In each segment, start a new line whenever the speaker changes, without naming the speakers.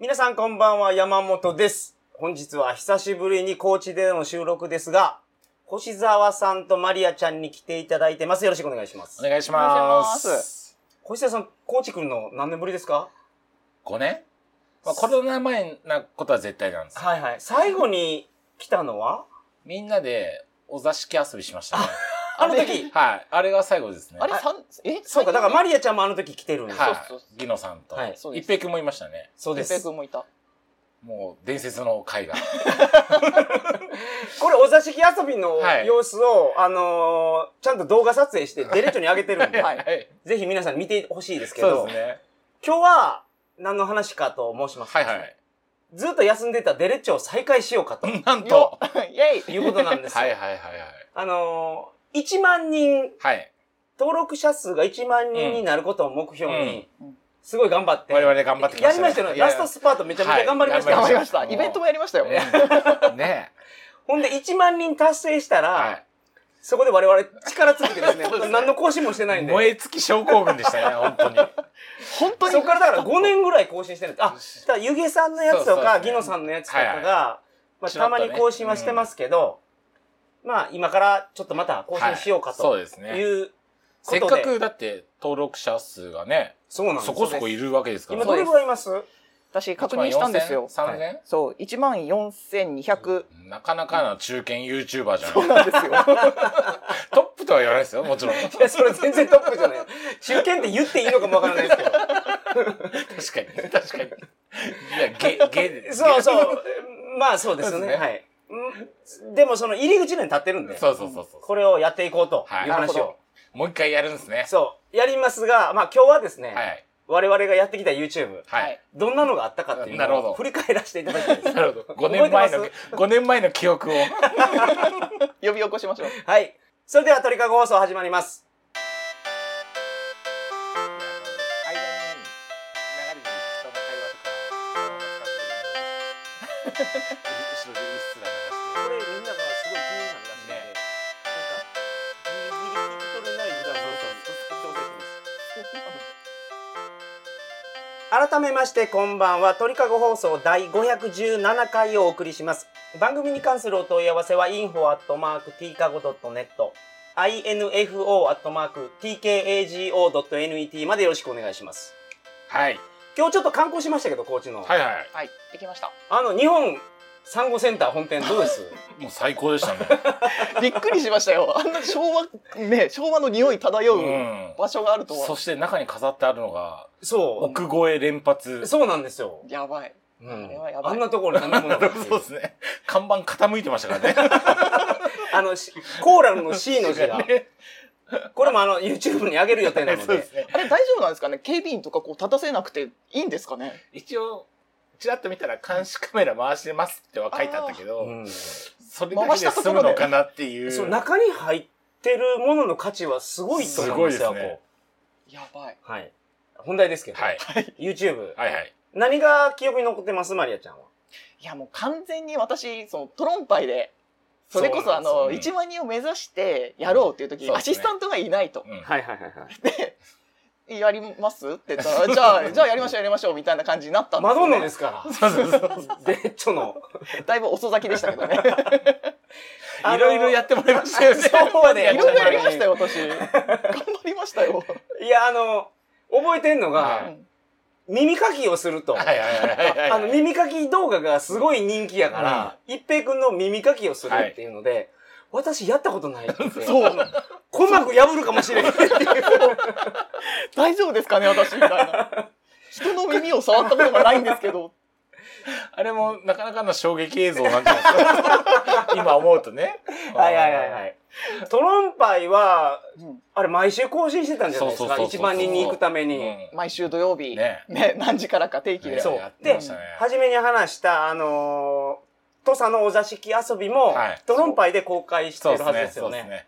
皆さんこんばんは、山本です。本日は久しぶりに高知での収録ですが、星沢さんとマリアちゃんに来ていただいてます。よろしくお願いします
お。願いします。
お願いしま
星沢さん、高知来るの何年ぶりですか
5年、まあ、コロナ前なことは絶対なんです。
はいはい。最後に来たのは
みんなでお座敷遊びし ましたね。
あの時。
はい。あれが最後ですね。
あれ
あ
三え
そうか、だからマ
リ
リアちゃんもあの時来てるんですよ。
は
そうそうそう
い。ギノさんと。
はい
そうで
一
す。
平君もいましたね。
そうで
一平
す。
君もいた。
もう伝説の 絵画。
これ、お座敷遊びの
はい
様子を、あのーちゃんと動画撮影して、デレッチョに上げてるん で、
はい
い。
ぜひ皆さん見てほしいですけ
そ
ど、
うですね。
今日は何の話かと申しますと
はいはい。
ずっと休んでたデレッチョを再開しようかと
なんと
よ。っイ ェイ
いうことなんですよ。
はいはいはいはい。
あのー、1万人、
はい。
登録者数が1万人になることを目標に
うんうん、
すごい頑張って。
我々頑張ってきま
や
し
り
たね。
ましたよね。ラストスパートめちゃめちゃ頑張りましたよ。
頑張りまし
は
た。
い
イベントもやりましたよ。
ト。ね
ほんで1万人達成したら、
え。はい。
そこで我々力尽きてですね、
そうですね
何の更新もしてないんで。
燃え尽き症候群でしたね、本当に。
本当に。
そこからだから5年ぐらい更新してるんです。あ、ただ、ゆげさんのやつ
そう
と
そう
か、
ですね
ぎのさんのやつとか
はいはい
が、まあ、
ちら
たま
っとね
に更新はしてますけど、まあ、今からちょっとまた更新しようか
はいそ
と
うですね。
いうこ
せっ
とで。
か、くだって登録者数がね、
そうなんです
そこそこいるわけですから
今ど
ね。
れぐらいいます
私確認したんですよ。
3年
そう、1万4200。
なかなかな中堅 YouTuber じゃ
そう
ない。
なんですよ。
トップとは言わないですよ、もちろん。
いや、それ全然トップじゃない。中堅って言っていいのかもわからないです けど。
確かに、確かに。いや、ゲ、ゲ で。
そうそう。まあ、そうですよね。
そうですね
はい。うんでも、その入り口に立ってるん
ゲ
で、
そうそうそうそう。
これをやっていこうと
はいいう
話を。
もう一回やるんですね。
そう。やりますが、まあ今日はですね、
はい。
我々がやってきた YouTube、
はい。
どんなのがあったかっていう
なるほ
のを
ど
振り返らせていただきたいです。
なるほど。5年前の
覚えて、
5年前の記憶を。
呼び起こしましょう。
はい。それでは鳥かご放送始まります。これみんながすごい気になるらしいんで、
ね
なんか、ギリギリ聞き取れないみたいなそう改めましてこんばんは鳥かご放送第517回をお送りします番組に関するお問い合わせは info.tkago.net info.tkago.net までよろしくお願いします
はい。
今日ちょっと観光しましたけど高知の、
はいはい。
はい、できました。
あの日本産後センター本店どうです
もう最高でしたね。
びっくりしましたよ。あんな昭和、ね、昭和の匂い漂う
うん。
場所があると
そ
は。
して中に飾ってあるのが、
そ
奥越え連発
う。そうなんですよ
やばい。
うん
あれはやばい
あんなところに飲み物が
そうですね。看板傾いてましたから ね。
あの、しコーラルの C の字が。これもあの、YouTube に上げる予定なの
そう
で。
ですね。
あれ大丈夫なんですかね警備員とかこう立たせなくていいんですかね
一応、ちらっと見たら監視カメラ回してますっては書いてあったけど、
うん
それだけで済むのかなっていう。
そう、中に入ってるものの価値はすごいと思うんですよ、
すごいですね
やばい。
こうはい。本題ですけど。
はい。
YouTube。
はいはい。
何が記憶に残ってますマリアちゃんは。
いやもう完全に私そのトロンパイでそれこそあ
そう
の
なんです
1
よ
万人を目指してやろうっていう時に
そう
ア
ですね
シスタントがいないと
うん
はいはいはいはい。
「やります?」って 言ったら「じゃあじゃあやりましょうやりましょう」みたいな感じになったんで
マド
すよ
ンナ
ね
ですか
そうそうそ
ら。デ
う。
ッチョの。
だいぶ遅咲きでした けどね
あの
いろいろやってもらいましたよね。
そうね
いろいろやりましたよ私頑張りましたよ、
いや、あの、覚えてんのが
はい、
耳かきをすると。
はいはいはいはいはい。
あの、耳かき動画がすごい人気やから、一平くんの耳かきをするっていうので、私やったことないって言って。
そう
鼓膜破るかもしれないっていう。
大丈夫ですかね私みたいな人の耳を触ったことがないんですけど
あれもなかなかの衝撃映像なんじゃないですか。 今思うとね。
はいはいはいはい。トロンパイは、
うん
あれ毎週更新してたんじゃないです
そうそう
か。
そうそう
一万人に行くため
う
に。
ん
毎週土曜日ね
ね
何時からか定期で
そう
やってましたね。
初めに話した、あのー、土佐のお座敷遊びも、
はい
トロンパイで公開して
そう
る
で
はず
す
で
ね。
す
そ
よ
うです
ね。
ね。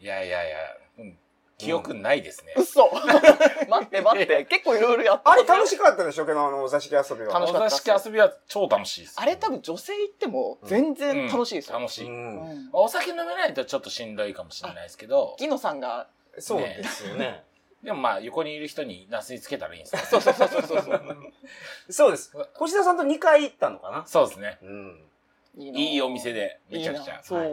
いやいやいや、うん記憶ないですね。
嘘 待って待って結構いろいろやった
あれ楽しかったでしょけど、あの、お座敷遊びは。
楽しかった
お座敷遊びは超楽しいです。
あれ多分女性行っても全然楽しいです
う
よ。
ん楽しい。
う
まあ
ん。
お酒飲めないとちょっとしんどいかもしれないですけど、
ギノさんが、
そうですよね。
でもまあ横にいる人にナスにつけたらいいんですよ。
そうそうそうそうそう。
そうです。星田さんと2回行ったのかな
そうですね。
うん。
い
いいお
で
店で、めちゃくちゃ。
そう、
はい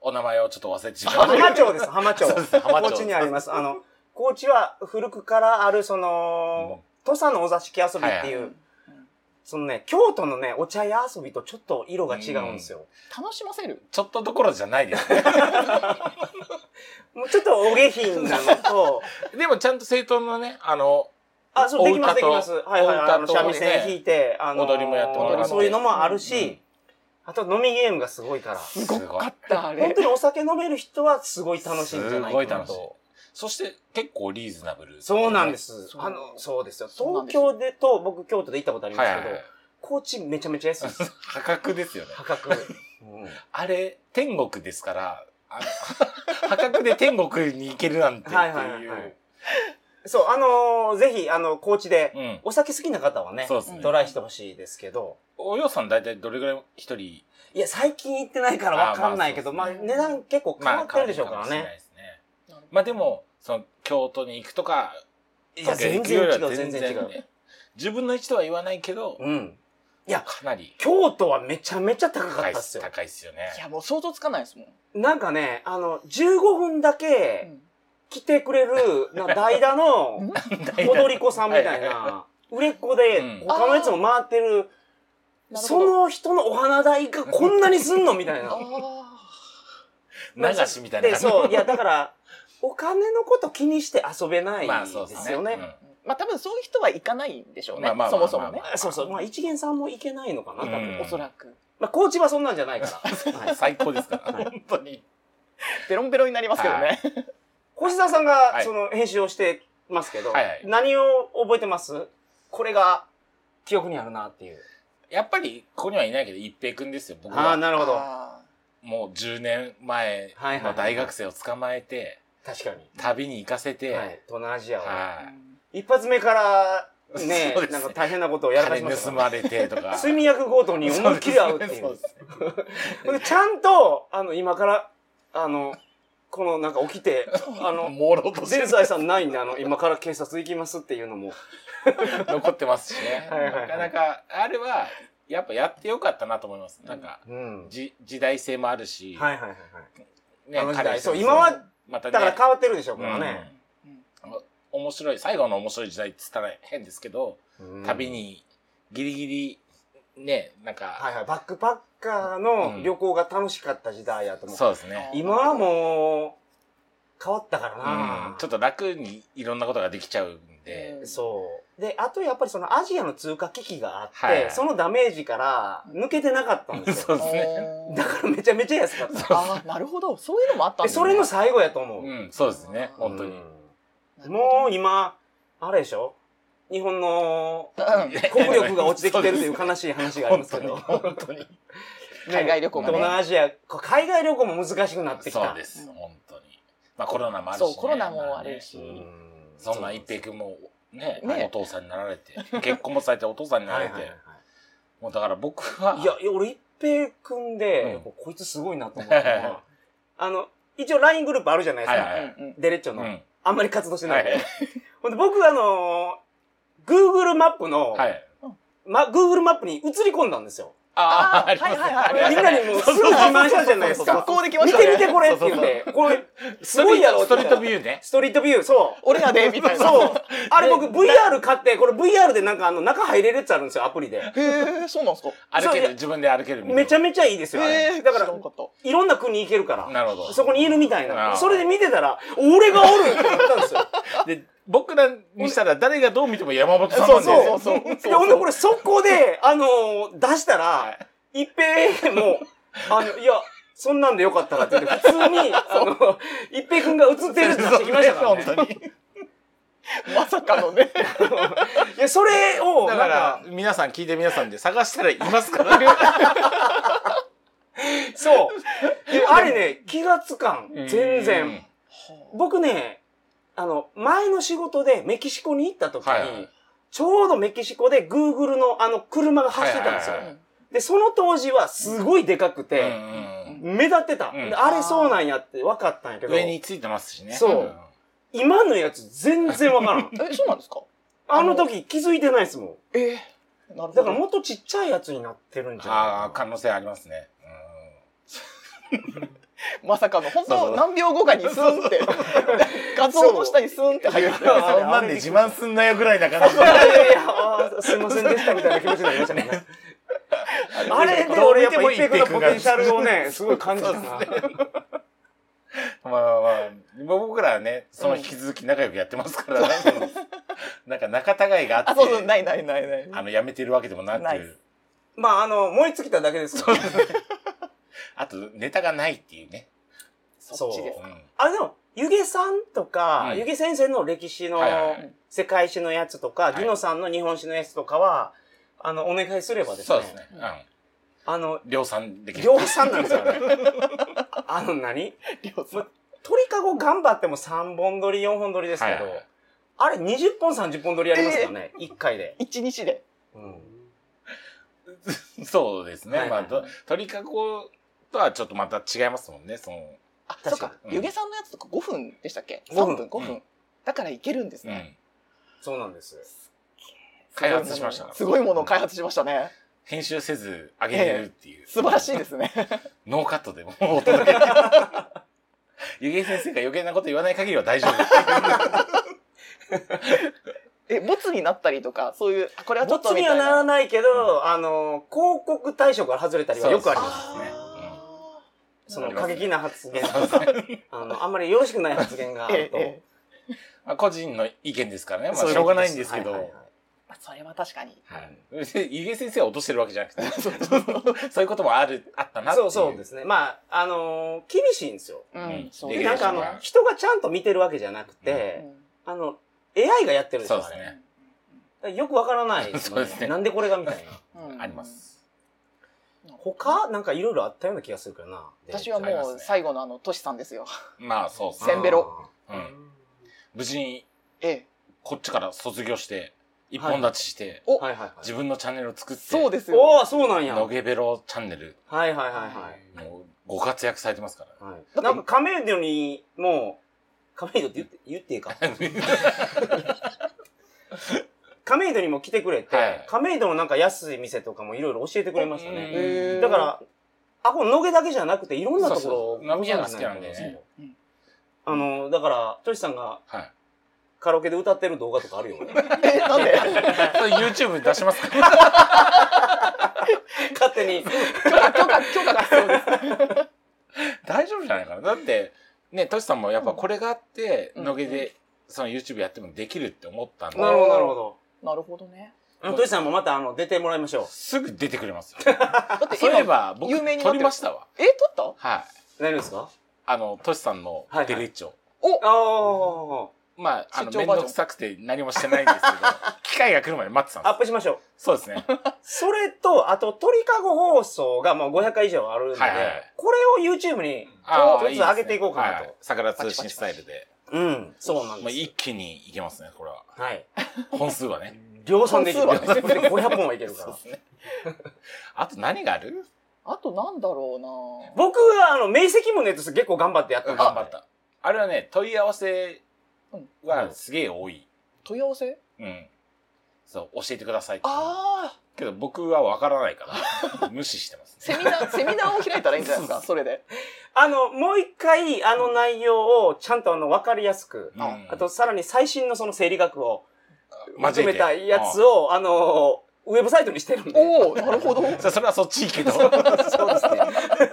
お名前をちょっと忘れてしまいま
浜町です、浜町。
そうです浜町
高知にあります。あの、高知は古くからある、その、土佐のお座敷遊びっていう、
うん
そのね、京都のね、お茶屋遊びとちょっと色が違うんですよ。
楽しませる
ちょっとどころじゃないですね。
もうちょっとお下品なの と、
でもちゃんと正当のね、あの、
あ、そう、できます、でき
お歌と
ます。はいはい、あの、
お歌と
三味線弾いて、あの、
踊りもやってもらって
そういうのもあるし、
うん
あと飲みゲームがすごいから。
すごかったあ
本
れ
当にお酒飲める人はすごい楽しいんじゃないかなと。
すごい楽しいそして結構リーズナブル。。
そうなんですす。
そう
あの、そうですよ。
そうなん
東
ですよ
京でと、僕、京都で行ったことありま
は
す
い
け
はい
ど
はい、。
高知めちゃめちゃ安いです
破格ですよね。
破 格。うん
あれ、天国ですから、あの破格で天国に行けるなんてって。
はいはいはいいうはいそう、あのーぜひ、あの、高知で、
うん。
お酒好きな方はね、
そうですね。
トライしてほしいですけど、
お洋さん大体どれぐらい一人
いや、最近行ってないからわかんないけど、
あー
ま
ま
あ、
あそうです
値
ね
段結構変わってるでしょうから
まあ変わってるかもしれない
ね。
ですねまあでも、その、京都に行くとか、
いや、全然違う、全然違う。
う。10分の1とは言わないけど、
うん。いや
かなり
京都はめちゃめちゃ高かっ
高い
た
っ
っす
す
よ。
高いっすよね。
いやもう想像つかないですもん、
なんかね、あの、15分だけ来てくれる、な代打 の、
うん
踊り子さんみたい
はいはい
な、売れっ子で
うん、
他のやつも回ってる、その人のお花代がこんなにすんのみたい
あ
な。
あ
流しみたいな
で、そう、いや、だから、お金のこと気にして遊べない
まあ
で
そうです
すよ
ね。
ね。
ーまあ多分そういう人は行かないんでしょうね、
まあまあまあ
そもそもね、
まあ
あそうそう、まあ一元さんも行けないのかな、多
う
分。
ん
おそらく
まあ、高知はそんなんじゃ ないから。は
うん
い
最高ですから、
はい
本当に。
ベロンベロンになりますけどね、
は
星沢さん
は
が、
い
その、編集をしてますけど
はいはい、
何を覚えてますこれが、記憶にあるなっていう。
やっぱり、ここにはいないけど、一平くんですよ、僕
ああ、
は。
なるほど。
あ
もう10年前の大学生を捕まえて、
確かに。
旅に行かせて、
は
はい。
い。東南アジアを。
ー
は
一発目からね、
そうです
な
ね
んか大変なことを
い。
やらか
金
しました
盗
から。
まれてとか。
睡眠薬強盗に思いっきり合うっていう。
そうですね
ほんでちゃんと、あの、今から、あの、このなんか起きて、あの、
朦朧として
全財産ないんで、あの、今から警察行きますっていうのも、
残ってますし ね。
はいはいはい
なかなか、あれは、やっぱやってよかったなと思います。なんか、
うん。はい
じ時代性もあるし、
はいはいはい。
ね
あの時代
彼氏と
そう今は
また
だ
ね、
から変わってるでしょうからね。
ーうん
うん面白い、最後の面白い時代って言ったら変ですけど、
うん
旅。にギリギリ、ね、なんか、
はいはい。バックパッカーの旅行が楽しかった時代やと思う。
そうですね。
今はもう、変わったから
う、。
なん
ちょっと楽にいろんなことができちゃうんで、
そう。で、あとやっぱりそのアジアの通貨危機があって、
はい
そのダメージから抜けてなかったんです
そ
よ。
うですね。
うん
だからめちゃめちゃ安かった。
ああなるほどそういうのもあったん
で、
です
そ
ね
れの最後やと思う。
うん、そうですね、本当に。
うんもう今、あれでしょ日本の
うん
国力が落ちてきてるという悲しい話がありま
本
す
当
け
に、
ど。
本当に。
海外旅行も
東
ね
南アジア、こう海外旅行も難しくなってきた。
そうです、本当に。まあコロナもあるし、ね。
そうコロナもあるし、
うん
そんな一平君もね
ね
お父さんになられて、結婚もされてお父さんにな
は
ら
い
れ
はいは
て
い、
もうだから僕は、
いや、いや俺一平君で、
う
こいつすごいなと思ったの はあの、一応 LINE グループあるじゃないですか。
はいはい
うんうん
デレッチョ
う
の、
ん、
あんまり活動してな
はい
んで。
い、
ほんで僕、あのー、Google マップの、
はい。
ま、Google マップに映り込んだんですよ。
ああ、
あー
ありますね
はいはい
みん
はいありま
なにもうすぐ自慢したじゃないです
速
か。
攻できま
見
したね
て見てこれって言って、これ、すごいやろ
ストリートビ
ュー。
ューね。
ストリートビュー、そう。
俺らでみたいな
そう。あれ僕 VR 買って、これ VR でなんかあの中入れるやつあるんですよ、アプリで。
へえそうなんですか
歩け
そう
る、自分で歩けるみたいな。
めちゃめちゃいいですよ、あ
へ
れ。
え
だか
知
ら
ん、かった
いろんな国行けるから。
なるほど。
そこにいるみたい
あ
な。
ー
それで見てたら、俺がおるって言ったんですよ。
で、僕らにしたら誰がどう見ても山本さんなん
そ
で
う
す
そう
よ。
そうそう
で、ほんでこれ速攻で、あのー出したら、
はい
一平も、あの、いや、そんなんでよかったらって言って、普通 に、あの、一平くんが映ってるって出してきましたから、ね。
本当に。
まさかのね
いや、それを、
だ
だか
か
らら、、
皆さん聞いて皆さんで探したらいますから。
そう。であれね、気がつかん。 全然。。僕ね、あの、前の仕事でメキシコに行った時に、
はいはい
ちょうどメキシコで Google のあの車が走ってたんですよ。
はいはいは
で、その当時はすごいでかく
うんう
て、
ん
目立ってた、
うん
であれそうなんやって分かったんやけ
うん
ど、
上についてますしね。
そうん今のやつ全然分からん。
えそうなんですか
あの時気づいてないですもん。
えなるほ
だから
ど。
もっとちっちゃいやつになってるんじゃない
ああ可能性ありますね。
まさかの、本
そうそ
当
う
何秒後かにスンって、画像の下にスンって入る。
そう
うん、そんなんで自慢すんなよぐらいな感じで。
いやいやあーすいませんでしたみたいな気持ちになりました ね。あれで俺やっぱ一平君のポテンシャルを ね、すごい感じたな。
そうですねまあまあまあ、僕らはね、その引き続き仲良くやってますから、なんかなんか仲違いがあって、
あ、そうそう、ないないない ない。
あの、やめてるわけでもなく
な、いです
まああの、燃え尽きただけですからね
あと、ネタがないっていうね。
そっちです
う。ん
あ、でも、湯気さんとか、
うん
湯気先生の歴史の
はいはいはい
世界史のやつとか、
い
ギノさんの日本史のやつとかは、あの、お願いすればですね。
そうですね。
あの、
うん。量産できる。
量産なんですよね。あの何
りょうさん
鳥かご頑張っても3本撮り、4本撮りですけど、
はいはいはい
あれ20本、30本撮りやりますよね、1回で。
一日で。
うん
そうですね。
はいはい
まあど、鳥かごとはちょっとまた違いますもんね。その、
あ、
確
そっ
か
か。
に
湯気さんのやつとか5分でしたっけ
5分
?3 分、5
う
分。だからいけるんです
う
ね。
ん。
そうなんです。
開発しましたから
すごいものを開発しましたね。
編集せず上げれるっていう。
素晴らしいですね。
ノーカットでもお届け。湯気先生が余計なこと言わない限りは大丈夫です。
え、ボツになったりとか、そういう、あこれはち
ど
ょっ
っ
と
ち
み
に
た
はいなら
な。
ないけど、あの、広告対象から外れたりはよくあります。
そうですね
あー
そ
うん
の過激な発言と
そうで
か、 あの、あんまりよろしくない発言があ
ええ
る、と。
え
まあ、個人の意見ですからね。ま
そ
あ、
う
しょうがないんですけど。
はいは
は
いいはい
え。それは確かに。
湯気先生は落としてるわけじゃなくて、そういうこともある、あったなってい。
そううそうですね。まあ、あの厳しいんですよ。
う
うん
ん、そう
で
で
です
なん
ね
かあの、人がちゃんと見てるわけじゃなくて、あの、AI がやってるんです
そう
よ、
で
あ
す
れ。
ね。
よくわからないです
そうですね
なんでこれがみたいな。
うんうん
あります。
他なんかいろいろあったような気がするけどな。
私は
ありま
も
す
う
ね
最後のあの、トシさんですよ。
まあ、そうです
せ
ね。
んべろ。
あー
無事に、
え
こっちから卒業して、一本立ちして、
お
はいはいはい。
自分のチャンネルを作っ
え。
て、
そうですよ。
おーそうなんや。
の
はい
げべろチャンネル、
はいはいは
もう、ご活躍されてますから。
い。はい、なんか亀戸に、もう、亀戸って言って、言っていい か。亀戸にも来てくれて、
はい
亀戸のなんか安い店とかもいろいろ教えてくれましたね。
へー
だか、ら、あ、この野毛だけじゃなくて、いろんなところ
そうそう飲み屋が好きなんでね
そう
うん
あの、だから、トシさんが
はい。
カラオケで歌ってる動画とかあるよ。 俺
え、なんで
それ YouTube に出しますから
勝手に。
許可、許可、許可が必要です。
大丈夫じゃないかな。だって、ね、トシさんもやっぱこれがあって、
うん
のげで、その YouTube やってもできるって思ったんで、
なるほど、なるほど。
なるほどね。
あのトシさんもまた、あの、出てもらいましょ
すぐ出てくれ ますよ。
だって
そういえ
今、
ば、僕、
有名になって
撮
る
りましたわ。
え、撮った
はい。
う。なるんですか
あの、トシさんの
はいはい
デレッチョ。
ああ、
まあ、あの、
出張バージョ
め
ン
んどくさくて何もしてないんですけ ど、機会が来るまで待ってたんで
アップしましょう。
す。そうですね。
それと、あと、鳥かご放送がもう500回以上あるんで、
はいはいはい
これを YouTube に、
あ
ちょっとずつ上げていこうかなと。
と。桜通信スタイルで。
うん、そうなん
まあ、
です。
一気にいけますね、これは。
はい。
本数はね。
量産できる。
本数は
500本はいけるか
そう
ら
で。すね。あと何がある
あとなんだろうな
僕は、あの、明晰夢のやつ結構頑張ってやったんですよ
頑張った。あれはね、問い合わせはすげえ多い。
問い合わせ
うん。そう、教えてくださいって。
ああ、
けど僕はわからないから、 無視してます、
セミナー、 セミナーを開いたらいいんじゃないですか、それで。
あの、もう一回、あの内容をちゃんとあの、わかりやすく、
うん
あと、さらに最新のその生理学を含
交 え
め
て
たやつを、あの、ウェブサイトにしてるんで。
おおなるほど。
うんそそれはそっち行け ど、
そうです ね。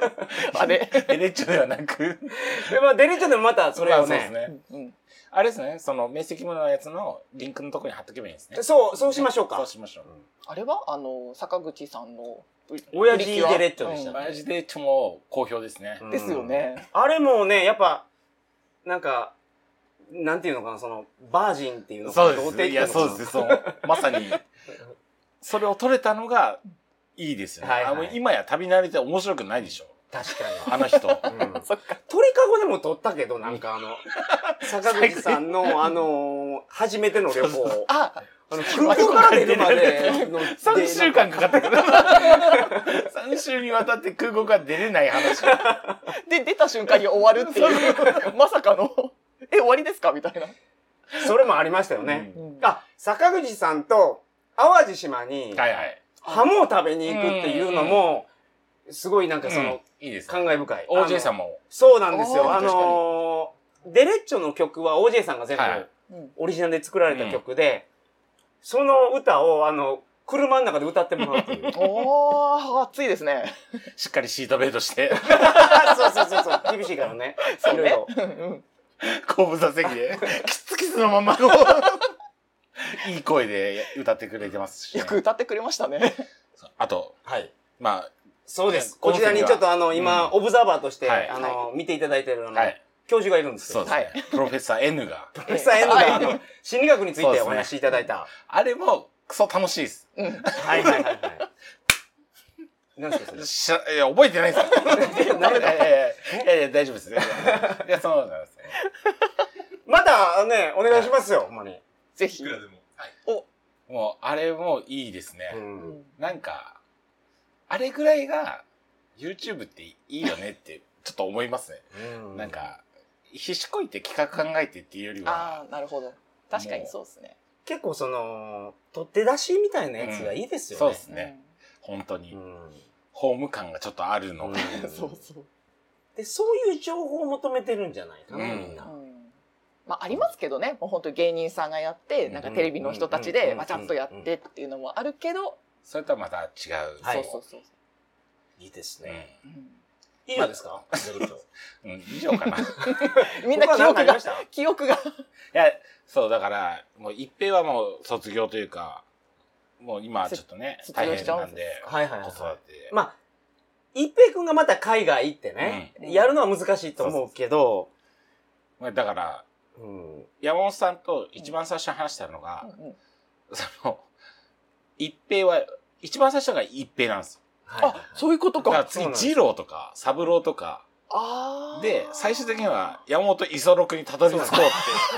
あれ。
エレッチョではなく、
で、まあ、デリチョでもまたそれ
まあ
を
そうです
ね。
ね。
うん。
あれですね、その、明晰夢のやつのリンクのとこに貼っとけばいいんですね。
そう、そうしましょう
そ
か
う。しましょう。
あれはあの、坂口さんの、
親父デレッチョでしたね
マジでちょも好評ですね
う。ん
ですよ。ね。
あれもね、やっぱ、なんか、なんていうのかな、その、バージンっていうのかな童貞って
い
いの
や、
かな
そうです。そのまさに、それを取れたのがいいですよね。
はいはい
あもう今や旅慣れて面白くないでしょ。
確かに。
あの人。
うん
そっか。
鳥かごでも撮ったけど、なんかあの、坂口さんの、あのー初めての旅行。
あ、
あの、空港から出るまで の。
3週間かかったけ ど。3週にわたって空港から出れない話。
で、出た瞬間に終わるっ ていう。まさかの、え、終わりですかみたいな。
それもありましたよね。
うん
あ、坂口さんと、淡路島に
はいはい。
ハモを食べに行くっていうのも、すごいなんかその、
いいですね。
感慨深い。
OJ さ
ん。
んも。
そうなんです
お
よ。
ー
あのー、デレッチョの曲は OJ さんが全部
はい
うん
オリジナルで作られた曲で、その歌をあの、車の中で歌ってもらうって いう。
おー、暑いですね。
しっかりシートベルト して、
そうそうそうそう。厳しいからね。いろいろ。
うん
後部座席で、キツキツのまま、いい声で歌ってくれてますしね、
よく歌ってくれましたね。
あと、
はい。
ま
そうです。
ね
こちらにちょっとあの、
ん
今、オブザーバーとして、
はい
あの、見ていただいてるあ
あ、
の
は、い。
教授がいるんです
そう
よ
で。すね。
は
プロフェッサー N が。
実際、 エンド
はい
があの、心理学につい
そうで
て
す
お
ね
話しいただいた。
あれも、クソ楽しいです。
うん
はいはいはいはい。何ですか それ
しゃいや、覚えてないです か
ダメ
い
だ
やいやいやいや、大丈夫です。いや、いやそうなんですね。
またね、お願いしますよ、ほんまに。
ぜひ。
でも。
お
もう、あれもいいですね。
うん
なんか、あれぐらいが、YouTube っていいよねって、ちょっと思いますね。なん、か、ひしこいて企画考えてっていうよりは、
ああ、なるほど。確かにそうですね。
結構その、取って出しみたいなやつがいいですよね。
そうですね。本当
う
に、
ん
ホーム感がちょっとあるのが、
うんそうそう。
で、そういう情報を求めてるんじゃないかな、
うん
みんな。
うんまあ、ありますけどね、もう本当に芸人さんがやって、なんかテレビの人たち
うんうんうん
で
うん
わちゃっとやってっていうのもあるけど、
それとはまた違う。
はい
そうそうそう。
いいです
うん
ね。
う
以上ですか
うん、以上かな。い
んみんな記憶が、
した
記憶が。
や、そう、だから、もう一平はもう卒業というか、もう今はちょっとね、
卒
大
業し
変
ちゃ
な
うんん
で
です、
はいはい
子
は
育
い。
てで。
まあ、一平くんがまた海外行ってね、
うん
やるのは難しいと思うけど、
まあだから、
うん
山本さんと一番最初に話したのが、
うんうん
その、一平は、一番最初が一平なんですよ。
はい
あ、そういうこと
だから
か。
そう
次、
なんです
二郎とか、三郎とか、
ああ。
で、最終的には山本磯六にたどり着こうって。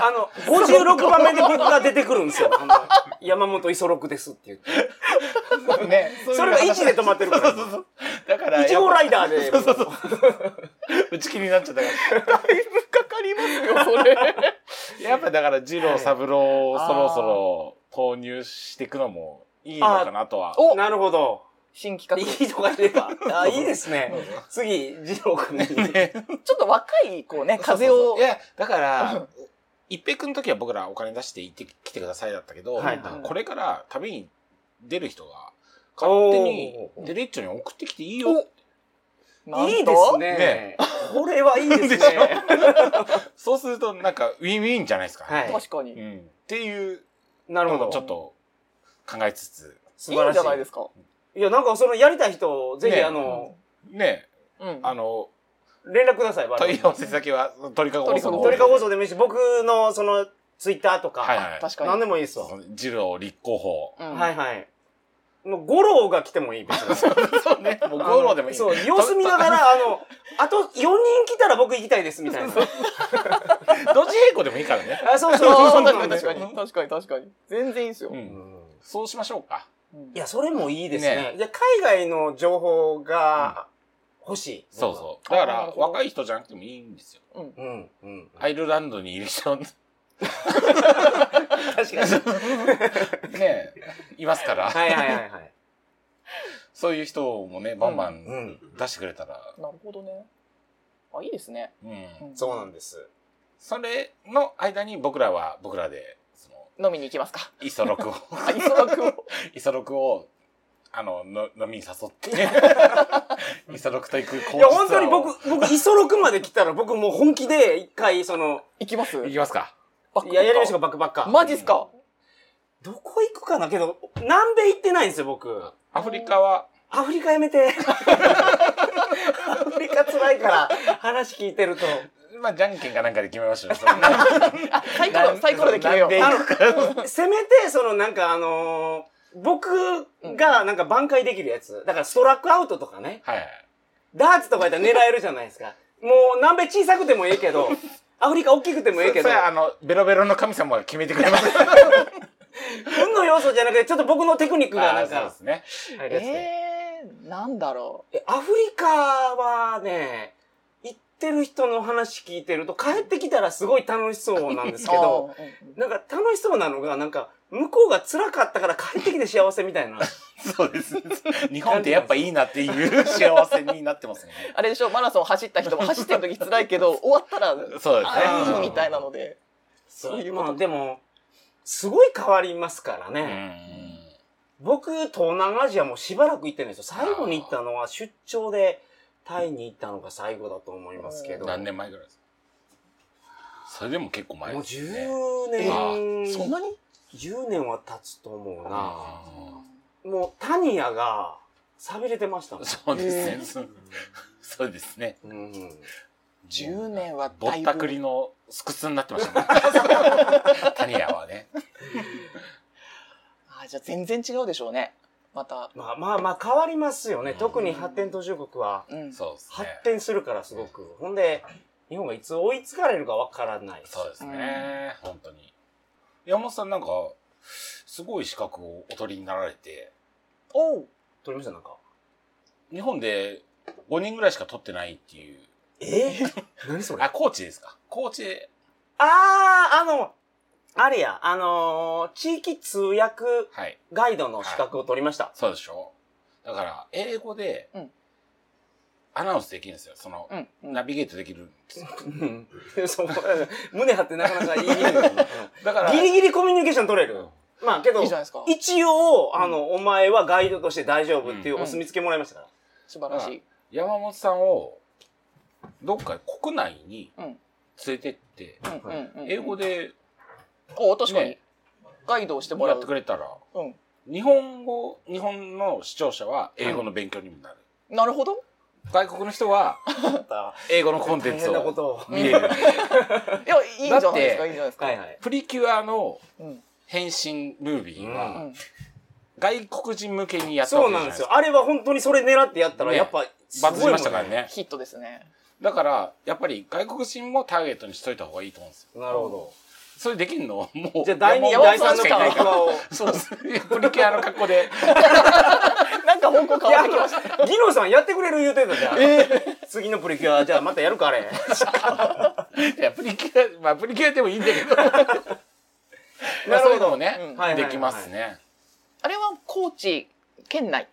あの、56番目で僕が出てくるんですよ。あの、山本磯六ですって言って。
ね、
それが1で止まってるから
そうそうそう。だから、
1号ライダーで。
そうそうそう。打ち切りになっちゃったから。
だいぶかかりますよ、それ。
やっぱだから、二郎、三郎をそろそろ投入していくのもいいのかなとは。
お
なるほど。
新企画。
いいとかいれば。あ、いいですね。次、二郎くんに。
ね
ちょっと若い、こうね、風を
い。や、だから、一平君の時は僕らお金出して行ってきてくださいだったけど、
はいはい
だからこれから旅に出る人が、勝手にデレッチョに送ってきていいよ。
なんと
いいです
ね
ね。これはいいです
でし
ね。
そうすると、なんか、ウィンウィンじゃないですか。
はい。
確か
う
に。
ん。っていう
なる
の
ほ
も
ど。
ちょっと考えつつ、
素
いいんじゃない
い
ですか。
いや、なんかそのやりたい人、ぜひ
ね
あの、
ね、
うん。
あの、
連絡ください、我々
問い合わせ先は、鳥かご放送の方
鳥
で
かご放送でもいいし、僕のその、ツイッターと
はい
か、
はい。
確かに。
何でもいいですわ。
そうジロー立候補。
うん
はいはい。もう、五郎が来てもいい、別に。
そうね。もうゴロでもいい。
そう、様子見ながら、あの、あと4人来たら僕行きたいです、みたいな。
どっち平行でもいいからね。
あ、そう そうそう
あ
そ
ー
うな
確かに
んです
確
よ
かに確かに確かに全然いいですよ、
う。
うんん
そうしましょうか。
うん
いや、それもいいです
ね
ね。いや、海外の情報が欲しい。
そうそう。だか
あーな
ら
る、ほど
若い人じゃなくてもいいんですよ。
う。うん、うん。
アイルランドにいる人、 ね
確 かに。
え、いますから、
はいはいはいはい。
そういう人もね、バンバ
う
ン
ん。
出してくれたら、
なるほどねあいいですね、
うん。
そうなんです。
それの間に僕らは、僕らで、その、
飲みに行きますか
イソロ クを、
あ磯野君を
イソロクを、あの、の飲みに誘って、 イソロクと行く
い
口実
や、
を
本当に僕、僕、イソロクまで来たら僕もう本気で一回、その、
行きます
行きますか。
バック
いや、やりましょう
う
か、バックバッカー。
マジっすか、
どこ行くかなけど、南米行ってないんですよ、僕。
アフリカは、
アフリカやめて。アフリカ辛いから、話聞いてると。
まあ、じゃんけんかなんかで決めま しょう。
あサイコロサイコロで決めよう
南米
せめて、そのなんかあのー僕がなんか挽回できるやつ。だからストラックアウトとかね。
はいはい。
ダーツとかやったら狙えるじゃないですか。もう南米小さくてもいいけど、アフリカ大きくてもいいけ
そ
ど
れ、はあの、ベロベロの神様が決めてくれます。
運の要素じゃなくて、ちょっと僕のテクニックが
あ
な
あ
ん
そうで
か
すね。
入るやつで。
えー、なんだろ
えアフリカはね、行ってる人の話聞いてると、帰ってきたらすごい楽しそうなんで
う
すけど、
あーうんうん
なんか楽しそうなのが、なんか、向こうが辛かったから帰ってきて幸せみたい な。
そうです。日本ってやっぱいいなって いう幸せになってますよね。
あれでしょマラソン走った人も走ってる時辛いけど終わったら
そうですね。
あいいみたいなのでそういうこ
まあ
と
でも、すごい変わりますから
うん
ね。僕、東南アジアもしばらく行ってないんですよ。最後に行ったのは出張でタイに行ったのが最後だと思いますけ
う
ど。
ん。何年前ぐらいですかそれでも結構前
もう
です
10
ね。
年、
あ
そんなに
10年は経つと思うな。
あ
もう、タニヤが寂れてましたも
ー
ん。
そうです
え
ね。そうそうですね。
うん
10年は
ぼ
だ
っ
い
たくり
ぶ
のスクスになってましたね。タニアはね。
あじゃあ全然違うでしょうねまた
まあまあまあ変わりますよね。
うん
特に発展途上国は
うん
そうです
発
ね。
展するからすごく。ほんで、日本がいつ追いつかれるかわからないし。
そうですね。本当に。山本さんなんか、すごい資格をお取りになられて、
おう
取りましたなんか。
日本で5人ぐらいしか取ってないっていう。
え 何それ
あ、
あ
コーチですか。コーチで。
あー、あの、あれや、あのー地域通訳
はい。
ガイドの資格を取りました。
そうでしょだから、英語で
うん、
アナウンスできるんですよ。その
う、んうん
ナビゲートできるんですよ。
うん そう胸張ってなかなか言いにくい。
だか ら、
ギリギリコミュニケーション取れる。まあけど
いいじ、ゃないですか
一応、あの、お前はガイドとして大丈夫っていう
うん
お墨付けもらいましたから。
素晴らしい
山本さんを、どっか国内に
うん
連れてって、
うんうんうん
英語で
お確かに
ね
ガイドをしても
も
ら
らって
う
くれたら、
うん
日本語、日本の視聴者は英語の勉強にもなる。
なるほ ど
外国の人は英語のコンテンツ
大変なこ
を
とを。
見れる。
いやいいんじゃないです
だっ
か
て
いいんじゃないですか
はいはい。
プリキュアの
うん
変身ムービー
う
は、
ん
外国人向けにやったわ
そ
け
う
じゃ
な
なん
で
いですすか
よ。。あれは本当にそれ狙ってやったら、
ね
やっぱ、すごい
バ
もん
ズりましたから。ね。
ヒットですね
だから、やっぱり外国人もターゲットにしといた方がいいと思うんですよ。
なるほ
それできるのもう。
ど。じゃあ、第2、
山
第
本
3
さん
の
しかいない
会
か
話を。
ら。 そうですね。プリキュアの格 好で。
なんか方向変わってきました
いやギノさんやってくれる言うてたじゃん。次のプリキュア、じゃあまたやるか、あれ。
いや、プリキュア、まあ、プリキュアでもいいんだけ ど。まあそういうのもね、
うん
はいはいはい
できますね。
あれは高知県内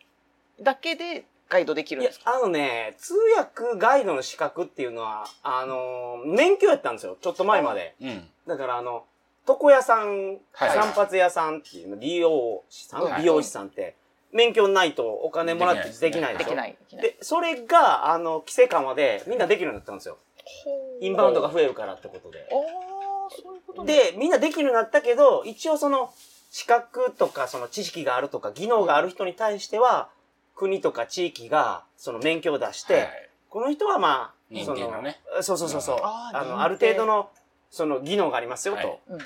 だけでガイドできる
い
ん
や
ですか、
あのね、通訳ガイドの資格っていうのは、あのー、免許やったんですよ。ちょっと前まで。
うん。
だから、あの、床屋さん、
はい
散髪屋さんっていうの、美容師さん、
はい
美容師さんって、免許ないとお金もらってで
で
き
き
な
ないい
で
で
しょ。
きないできない
で、それが、あの、規制緩和で、みんなできるようになったんですよ。
ほう
インバウンドが増えるからってことで
あ。あそういうことね
で、みんなできるようになったけど、一応その、資格とか、その知識があるとか、技能がある人に対しては、国とか地域が、その免許を出して、
はい
この人はまあ、
認定のね
そのそうそうそうそう。
あ
あ
ー認
の、
定
ある程度の、その技能がありますよ、
はい
と
うん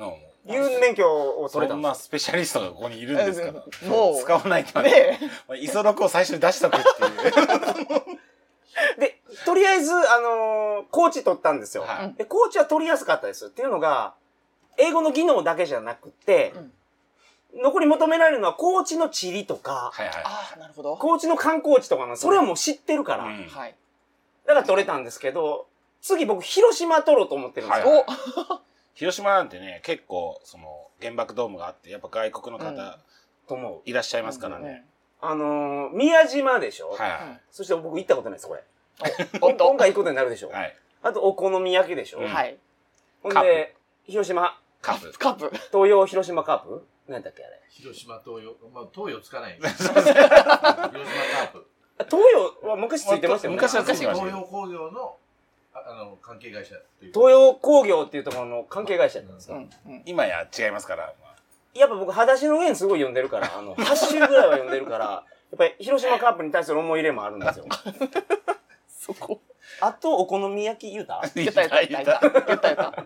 もう
いう免許を取れ
そ
たん
ん
で
な
す。
スペシャリストがここにいるんですから。
うんもう
使わないとね。
ね
まあイソロクを最初に出した時っていう。
で、とりあえず、あのーコーチ取ったんですよ。
はい
で、コーチは取りやすかったです。っていうのが、英語の技能だけじゃなくて、残り求められるのは、コーチの地理とか、
はいは
ああなるほど
コーチの観光地とかの、それはもう知ってるから、
い。うん
はい
だから取れたんですけど、次僕、広島取ろうと思ってるんですよ。
は
お
い広島なんてね、結構、その、原爆ドームがあって、やっぱ外国の方
と思う。
いらっしゃいますからね。
あのー宮島でしょ、
はい
そして僕行ったことないです、これ。
おっ
今
と
回行くことになるでしょ、
はい。
あと、お好み焼きでしょ、
うん
はい
ほん
カ
で
ー、
広島、
カ ップ。
カップ
東洋広島カープなんだっけあれ。
広島東洋、まあ東洋つかない。 広島カープ。
あ東洋は昔ついてましたよね。
昔はつい
東
てました
東洋工業の、ああの、関係会社という。
洋工業っていうところの関係会社なんです
う
か、
んうん
今や違いますから。まあ
やっぱ僕、裸足の上にすごい読んでるから、あの、8種 ぐらいは読んでるから、やっぱり広島カープに対する思い入れもあるん ですよ。
そこ
あと、お好み焼き言うた
言った言っ た言った言った言った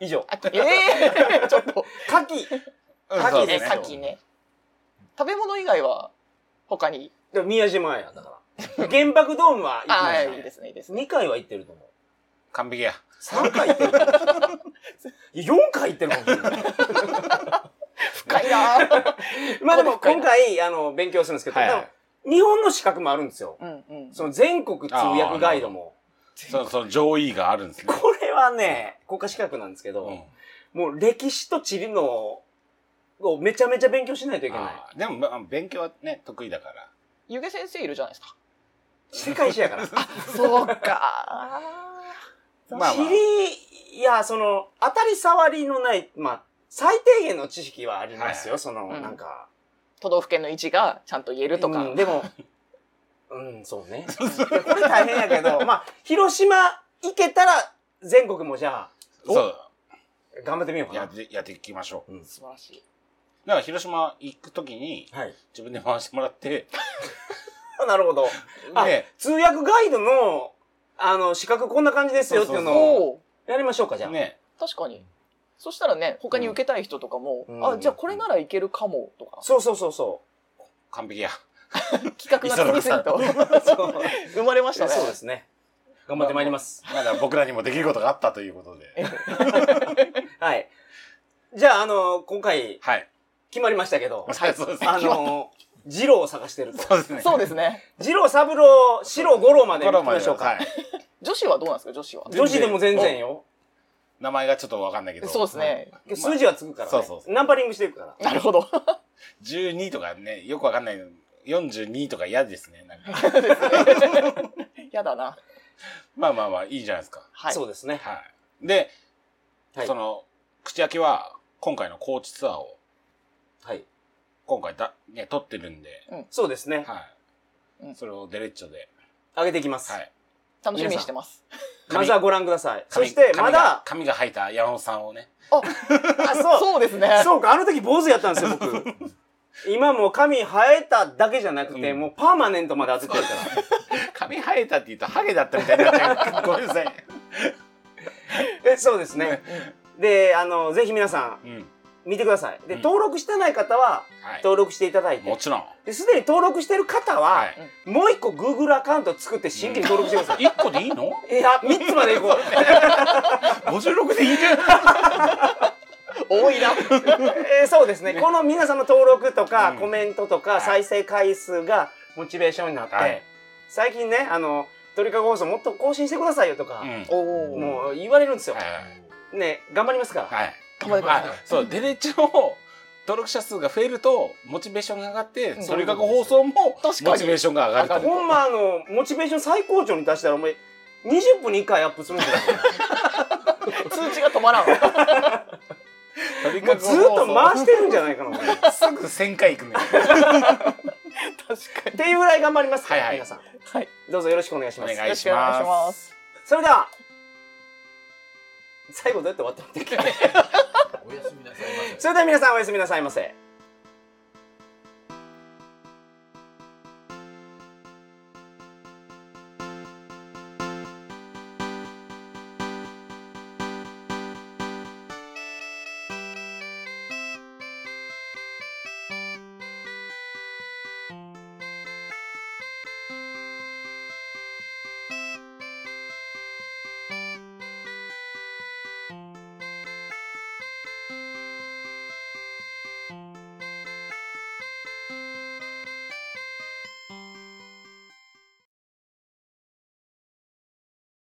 以上。
あええー ちょっと
牡蠣
うん
牡蠣
そ
ね
うで
ね
す
牡
さっきね食べ物以外は他に
でも宮島や、だから。原爆ドームは行き
あ
ま
あ
し
いいですねいいです
た。
ね
2回は行ってると思う。
完璧や。
3回行ってると思う。いや、4回行ってるかもしれない。
深いなー
まあでも、今回、あの、勉強するんですけど、
はいは
で
い
も日本の資格もあるんですよ。
うんうん
その全国通訳ガイドも。
その、その上位があるんですね。
これはね、国家資格なんですけ
う
ど、
ん
もう歴史と地理のをめちゃめちゃ勉強しないといけない。
あーでも、まあ、勉強はね、得意だから。
湯気先生いるじゃないですか。
世界史やから。
そうか。
まあ、ま
知り、いや、その、当たり障りのない、まあ、最低限の知識はありますよ、その、
うん
なんか。
都道府県の位置がちゃんと言えるとか。
うんでも、うん、 そうね。いやこれ大変やけど、まあ、広島行けたら、全国もじゃあ、
あ、そう。
頑張ってみようか
やっ
な。
て、やっていきましょう。
素晴らしい。
だから、広島行くときに、
はい。
自分で回してもらって、
あなるほど。あ
で、
通訳ガイドの、あの、資格こんな感じですよっていうのを、
おお、
やりましょうか、じゃあ。
ね、
確かに。そしたらね、他に受けたい人とかも、
うん
あ、じゃあこれならいけるかもとか、
そうそうそうそ
完璧や。
企画が次々と
う。 そう
生まれましたね。
そうですね。頑張ってまいり ます。
まだ僕らにもできることがあったということで。
はい。じゃあ、あの、今回、
はい。
決まりましたけ ど、
はい、そうですね。
あの、ジローを探してると。
そうですね。
そうですね。
ジロー、サブロー、シロー、ゴローまで
これ
行
は
き
まあ
ましょう
は
か。
い
女子はどうなんですか女子は。
女子でも全然よ。
名前がちょっとわかんないけど。
そうですね。
お
数字はつくから、ね
そうそうそう
ナンパリングしていくから。
なるほど。
12とかね、よくわかんない。42とか嫌ですね。なんか
やだな。
まあまあまあ、いいじゃないですか。
はい。
そうですね。
はい。で、
はい
その、口開きは、今回の高知ツアーを、
はい。
今回だ、ね、撮ってるんで、
そうですね。
はい。
うん
それをデレッチョで、
上げていきます。
はい。
楽しみにしてます。
まずはご覧ください。そ
髪
して、ま
髪が
だ、
髪が生えた山本さんをね、
あ、そう。
そうですね。
そうか、あの時坊主やったんですよ、 僕。今もう髪生えただけじゃなくて、
うん
もうパーマネントまで当ててるから。
髪生えたって言うとハゲだったみたいになっちゃう。ごめんなさい。
えそうですね。で、あの、ぜひ皆さ
うん。
ん、見てください。で、
うん
登録してない方は、
は
登録していただい
い。も
て。
ちろん。
で、すでに登録してる方は、
はい。
もう一個 Google アカウント作って新規に登録してください。
一個 でいいの
いや、3つまでいこう。
?56 でいいじゃん。
多いな。
えーそうですねこの皆さんの登録とか、
うん
コメントとか
い
再生回数がモチベーションになって、
はい
最近ねあの「鳥かご放送もっと更新してくださいよ」とか、
うん。
おお。
もう言われるんですよ、
はい
ね頑張りますから、
はい。
頑張ってください
あそう、デレッチョの登録者数が増えると、モチベーションが上がって、
うん
それがご放送も、モ
確
チ
かに
ベーションが上がると。
ほんまあのモチベーション最高潮に達したらお前20分に1回アップするん ですよ
通知が止まらん。は
とに
も
か
う
く
ずっと回してるんじゃないか なお前っ
すぐ1000回いくね。
ていうぐらい頑張りますから、
はいはい
皆さん
い。
どうぞよろしくお願いし
お
ます
願いし
よろくお願いし
ま。
ますす。
それでは最後どうやって終わったんだっけ
おやすみなさいませ。
それでは皆さんおやすみなさいませ